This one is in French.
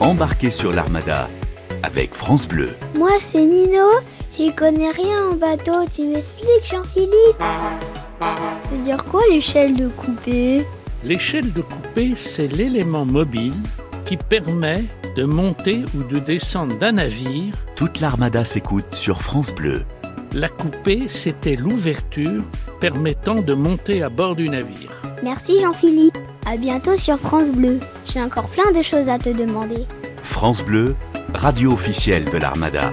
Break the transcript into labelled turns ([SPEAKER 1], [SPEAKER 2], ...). [SPEAKER 1] Embarquez sur l'Armada avec France Bleu.
[SPEAKER 2] Moi, c'est Nino. J'y connais rien en bateau. Tu m'expliques, Jean-Philippe Ça veut dire quoi l'échelle de coupée
[SPEAKER 3] L'échelle de coupée, c'est l'élément mobile qui permet de monter ou de descendre d'un navire.
[SPEAKER 1] Toute l'Armada s'écoute sur France Bleu.
[SPEAKER 3] La coupée, c'était l'ouverture permettant de monter à bord du navire.
[SPEAKER 2] Merci, Jean-Philippe. À bientôt sur France Bleu. J'ai encore plein de choses à te demander.
[SPEAKER 1] France Bleu, radio officielle de l'Armada.